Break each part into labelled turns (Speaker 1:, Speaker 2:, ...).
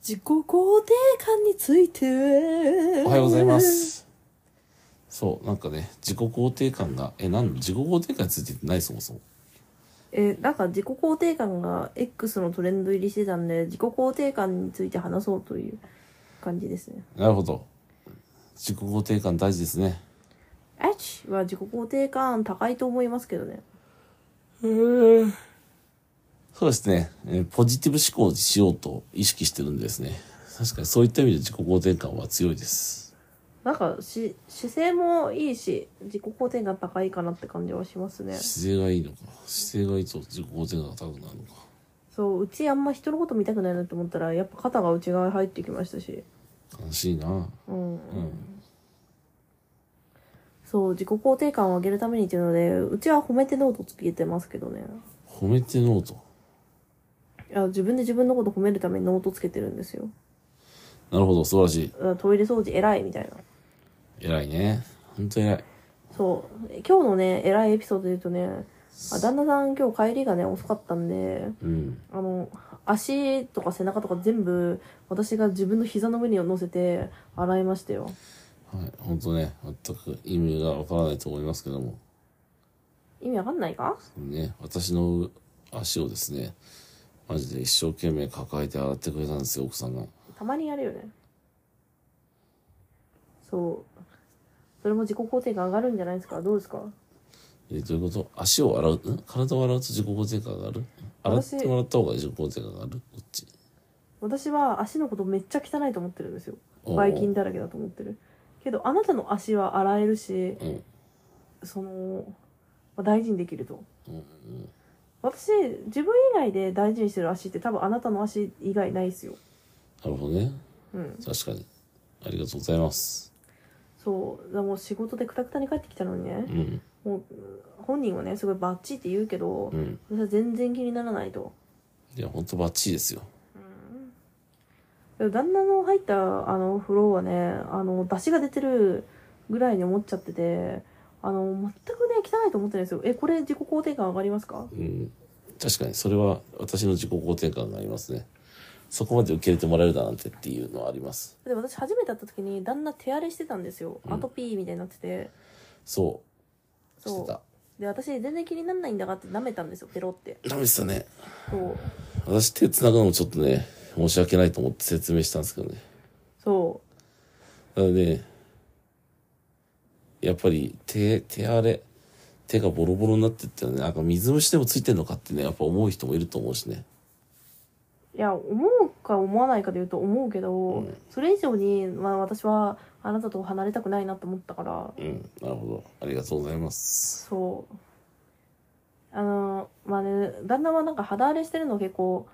Speaker 1: 自己肯定感について
Speaker 2: おはようございます そうなんかね自己肯定感がえなん自己肯定感についてないそもそも
Speaker 1: えなんか自己肯定感が X のトレンド入りしてたんで自己肯定感について話そうという感じですね
Speaker 2: なるほど自己肯定感大事ですね
Speaker 1: H は自己肯定感高いと思いますけどね
Speaker 2: そうですね、えーポジティブ思考にしようと意識してるんですね確かにそういった意味で自己肯定感は強いです
Speaker 1: なんかし姿勢もいいし自己肯定感高いかなって感じはしますね
Speaker 2: 姿勢がいいのか姿勢がいいと自己肯定感が高くなるのか
Speaker 1: そううちあんま人のこと見たくないなと思ったらやっぱ肩が内側に入ってきましたし
Speaker 2: 悲しいな
Speaker 1: うん、
Speaker 2: うん
Speaker 1: そう自己肯定感を上げるためにっていうのでうちは褒めてノートつけてますけどね
Speaker 2: 褒めてノート
Speaker 1: いや自分で自分のこと褒めるためにノートつけてるんですよ
Speaker 2: なるほど素晴らしい
Speaker 1: だからトイレ掃除偉いみたいな
Speaker 2: 偉いね本当偉い
Speaker 1: そう今日のね偉いエピソードで言うとねあ旦那さん今日帰りがね遅かったんで
Speaker 2: うん
Speaker 1: あの足とか背中とか全部私が自分の膝の上に乗せて洗いましたよ
Speaker 2: はい本当ね全く意味がわからないと思いますけども
Speaker 1: 意味わかんないか
Speaker 2: ね私の足をですねマジで一生懸命抱えて洗ってくれたんですよ奥さんが
Speaker 1: たまにやるよねそうそれも自己肯定感上がるんじゃないですかどうですか
Speaker 2: えどういうこと足を洗うん体を洗うと自己肯定感が上がる洗っ
Speaker 1: 私
Speaker 2: てもらった方が自己肯定感が上がるどっち
Speaker 1: 私は足のことめっちゃ汚いと思ってるんですよ
Speaker 2: おう
Speaker 1: ばい菌だらけだと思ってるけどあなたの足は洗えるし
Speaker 2: うん
Speaker 1: その、まあ大事にできると、
Speaker 2: うんうん
Speaker 1: 私自分以外で大事にしてる足って多分あなたの足以外ないですよ
Speaker 2: なるほどね
Speaker 1: うん
Speaker 2: 確かにありがとうございます
Speaker 1: そうだからもう仕事でクタクタに帰ってきたのにね
Speaker 2: うん
Speaker 1: もう本人はねすごいバッチリって言うけど
Speaker 2: うん
Speaker 1: 私は全然気にならないと
Speaker 2: いや本当バッチリですよ
Speaker 1: でも旦那の入ったあの風呂はねあの出汁が出てるぐらいに思っちゃっててあの全くね汚いと思ってないですよえこれ自己肯定感上がりますか
Speaker 2: うん確かにそれは私の自己肯定感がありますねそこまで受け入れてもらえるだなんてっていうのはあります
Speaker 1: で私初めて会った時に旦那手荒れしてたんですよ、
Speaker 2: うん
Speaker 1: アトピーみたいになってて
Speaker 2: そうして
Speaker 1: そ
Speaker 2: た
Speaker 1: うで私全然気にならないんだがって舐めたんですよペロって
Speaker 2: ダメでしたね
Speaker 1: そう
Speaker 2: 私手繋ぐのもちょっとね申し訳ないと思って説明したんですけどね
Speaker 1: そ
Speaker 2: なのでやっぱり手手荒れ手がボロボロになってったらねなんか水虫でもついてんのかってねやっぱ思う人もいると思うしね
Speaker 1: ういや思うか思わないかで言うと思うけど、
Speaker 2: ん
Speaker 1: それ以上に、まあ、私はあなたと離れたくないなと思ったから
Speaker 2: うんなるほどありがとうございます
Speaker 1: そうあのまあね旦那はなんか肌荒れしてるの結構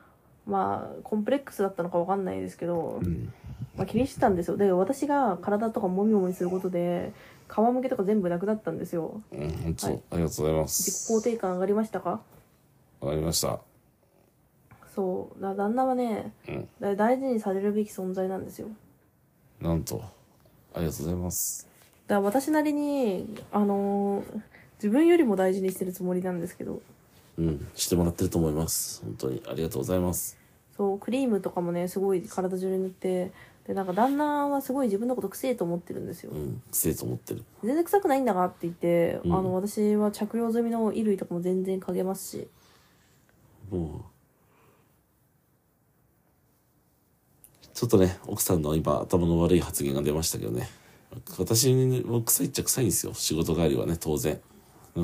Speaker 1: まあコンプレックスだったのかわかんないですけど、
Speaker 2: ん
Speaker 1: まあ、気にしてたんですよで私が体とかもみもみすることで皮むけとか全部なくなったんですよ
Speaker 2: うん本当、
Speaker 1: はい
Speaker 2: ありがとうございま
Speaker 1: 自
Speaker 2: す
Speaker 1: 己肯定感上がりましたか
Speaker 2: わかりました
Speaker 1: そうだ旦那はね
Speaker 2: うん
Speaker 1: だ大事にされるべき存在なんですよ
Speaker 2: なんとありがとうございます
Speaker 1: だから私なりにあのー自分よりも大事にしてるつもりなんですけど
Speaker 2: うんしてもらってると思います本当にありがとうございます
Speaker 1: そうクリームとかもねすごい体中に塗ってでなんか旦那はすごい自分のことくせえと思ってるんですよ
Speaker 2: うんくせえと思ってる
Speaker 1: 全然臭くないんだがって言って、
Speaker 2: うん
Speaker 1: あの私は着用済みの衣類とかも全然かけますし
Speaker 2: もうちょっとね奥さんの今頭の悪い発言が出ましたけどね私も臭いっちゃ臭いんですよ仕事帰りはね当然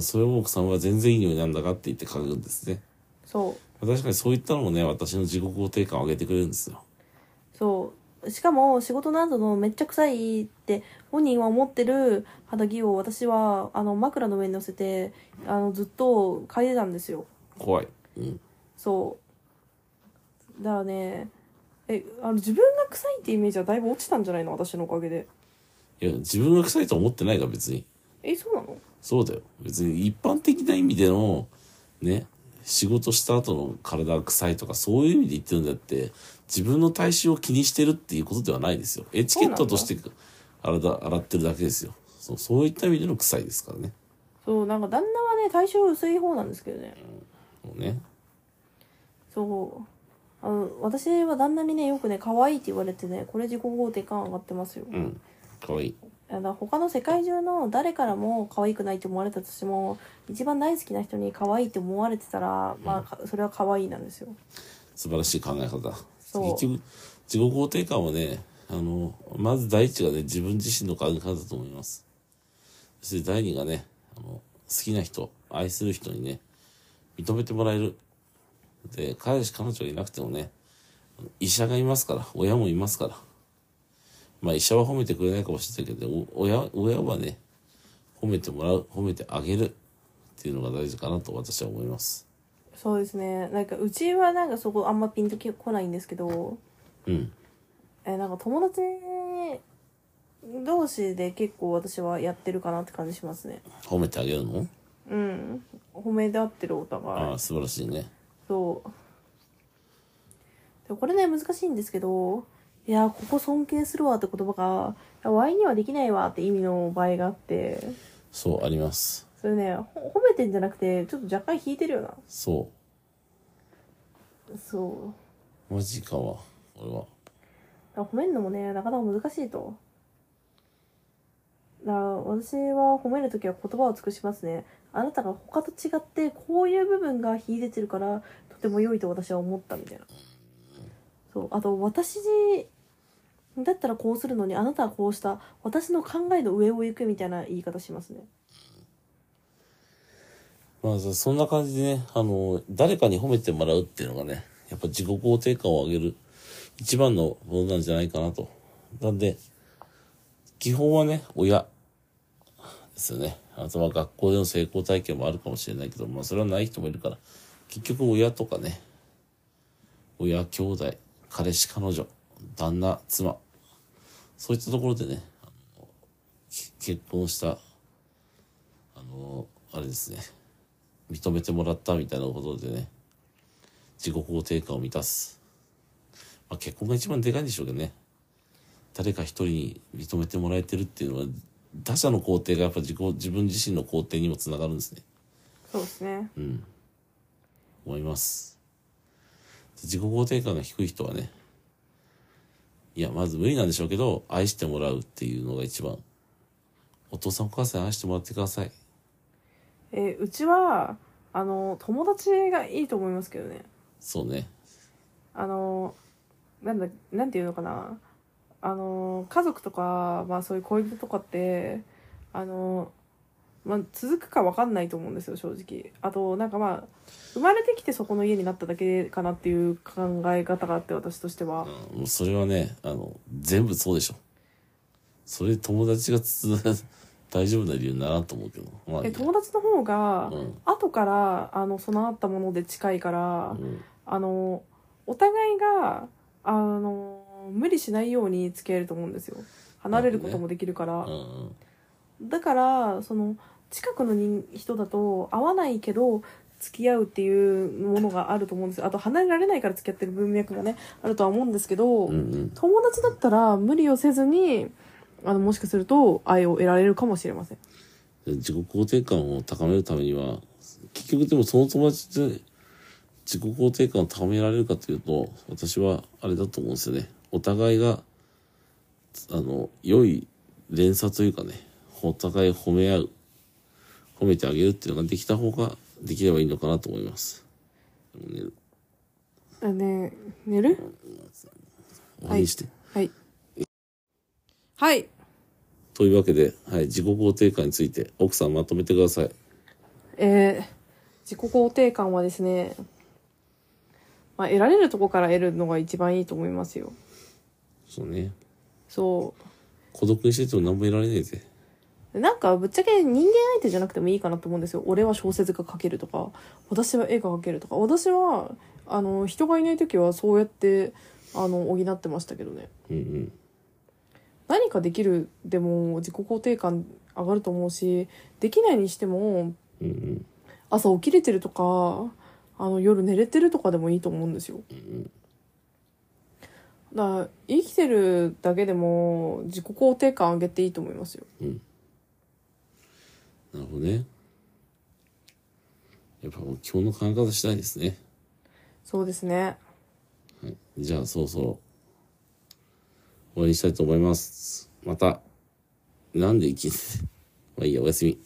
Speaker 2: それを奥さんは全然いい匂いなんだかって言って嗅ぐんですね
Speaker 1: そう
Speaker 2: 確かにそういったのもね私の自己肯定感を上げてくれるんですよ
Speaker 1: そうしかも仕事の後のめっちゃ臭いって本人は思ってる肌着を私はあの枕の上に乗せてあのずっと嗅いでたんですよ
Speaker 2: 怖い、うん、
Speaker 1: そうだからねえあの自分が臭いってイメージはだいぶ落ちたんじゃないの私のおかげで
Speaker 2: いや自分が臭いと思ってないから別に
Speaker 1: えそうなの
Speaker 2: そうだよ別に一般的な意味でのね仕事した後の体が臭いとかそういう意味で言ってるんだって自分の体臭を気にしてるっていうことではないですよエチケットとして体洗ってるだけですよそうそういった意味での臭いですからね
Speaker 1: そうなんか旦那はね体臭薄い方なんですけどね
Speaker 2: もうね
Speaker 1: そうあの私は旦那にねよくね可愛いって言われてねこれ自己肯定感上がってますよ、
Speaker 2: うんかわいい
Speaker 1: いやだから他の世界中の誰からも可愛くないって思われたとしても一番大好きな人に可愛いって思われてたら、まあかそれは可愛いなんですよ
Speaker 2: 素晴らしい考え方だ
Speaker 1: そう
Speaker 2: 結局自己肯定感はねあのまず第一がね自分自身の考え方だと思いますそして第二がねあの好きな人愛する人にね認めてもらえるで彼氏彼女がいなくてもね医者がいますから親もいますからまあ医者は褒めてくれないかもしれないけどお親親はね褒めてもらう褒めてあげるっていうのが大事かなと私は思います
Speaker 1: そうですねなんかうちはなんかそこあんまピンとき来ないんですけど
Speaker 2: うん
Speaker 1: えなんか友達同士で結構私はやってるかなって感じしますね
Speaker 2: 褒めてあげるの
Speaker 1: うん褒め合ってるお互
Speaker 2: あ
Speaker 1: い
Speaker 2: あ素晴らしいね
Speaker 1: そうでもこれね難しいんですけどいやここ尊敬するわって言葉がいや「Y にはできないわ」って意味の場合があって
Speaker 2: そうあります
Speaker 1: それねほ褒めてんじゃなくてちょっと若干引いてるよな
Speaker 2: そ
Speaker 1: そう
Speaker 2: うマジかは俺は
Speaker 1: だから褒めるのもねなかなか難しいとだから私は褒める時は言葉を尽くしますねあなたが他と違ってこういう部分が秀でてるからとても良いと私は思ったみたいなそうあと私だったらこうするのにあなたはこうした私の考えの上を行くみたいな言い方しますね
Speaker 2: まあそそんな感じでねあの誰かに褒めてもらうっていうのがねやっぱ自己肯定感を上げる一番のものなんじゃないかなとなんで基本はね親ですよねあとは学校での成功体験もあるかもしれないけどまあそれはない人もいるから結局親とかね親兄弟彼氏彼女旦那妻そういったところでねあのき結婚したあのあれですね認めてもらったみたいなことでね自己肯定感を満たす、まあ、結婚が一番でかいんでしょうけどね誰か一人に認めてもらえてるっていうのは他者の肯定がやっぱ自己自分自身の肯定にもつながるんですね
Speaker 1: そうですね
Speaker 2: うん思います自己肯定感が低い人はねいやまず無理なんでしょうけど愛してもらうっていうのが一番お父さんお母さんに愛してもらってください
Speaker 1: えうちはあの友達がいいと思いますけどね
Speaker 2: そうね
Speaker 1: あのなんだなんていうのかなあの家族とか、まあ、そういう恋人とかってあの、まあ、続くか分かんないと思うんですよ正直あとなんかまあ生まれてきてそこの家になっただけかなっていう考え方があって私としては
Speaker 2: うんもうそれはねあの全部そうでしょそれ友達がつ 大丈夫な理由にならんと思うけどまあい
Speaker 1: え
Speaker 2: いや
Speaker 1: 友達の方が
Speaker 2: うん
Speaker 1: 後からあの備わったもので近いから
Speaker 2: うん
Speaker 1: あのお互いがあの無理しないように付き合えると思うんですよ離れることもできるから。
Speaker 2: うんうん
Speaker 1: だからその近くの人人だと合わないけど付き合うっていうものがあると思うんですよあと離れられないから付き合ってる文脈がねあるとは思うんですけど、
Speaker 2: うんうん
Speaker 1: 友達だったら無理をせずにあのもしかすると愛を得られるかもしれません
Speaker 2: 自己肯定感を高めるためには結局でもその友達で自己肯定感を高められるかというと私はあれだと思うんですよねお互いがあの良い連鎖というかねお互い褒め合う褒めてあげるっていうのができた方ができればいいのかなと思いますでもね
Speaker 1: あね寝る
Speaker 2: 終わりにして、
Speaker 1: はいはい
Speaker 2: というわけで、はい、自己肯定感について奥さんまとめてください
Speaker 1: えー自己肯定感はですね、まあ、得られるとこから得るのが一番いいと思いますよ
Speaker 2: そうね
Speaker 1: そう
Speaker 2: 孤独にしてても何もいられねえぜ
Speaker 1: なんかぶっちゃけ人間相手じゃなくてもいいかなと思うんですよ。俺は小説が書けるとか、私は絵が描けるとか、私は、あの、人がいない時はそうやって、あの、補ってましたけどね。
Speaker 2: うんうん
Speaker 1: 何かできるでも自己肯定感上がると思うし、できないにしても、
Speaker 2: うんうん
Speaker 1: 朝起きれてるとか、あの、夜寝れてるとかでもいいと思うんですよ。だから、生きてるだけでも自己肯定感上げていいと思いますよ。
Speaker 2: なるほどね。やっぱもう今日の考え方次第ですね。
Speaker 1: そうですね。
Speaker 2: じゃあそろそろ 終わりにしたいと思います。また、なんで生きて、まあいいや、おやすみ。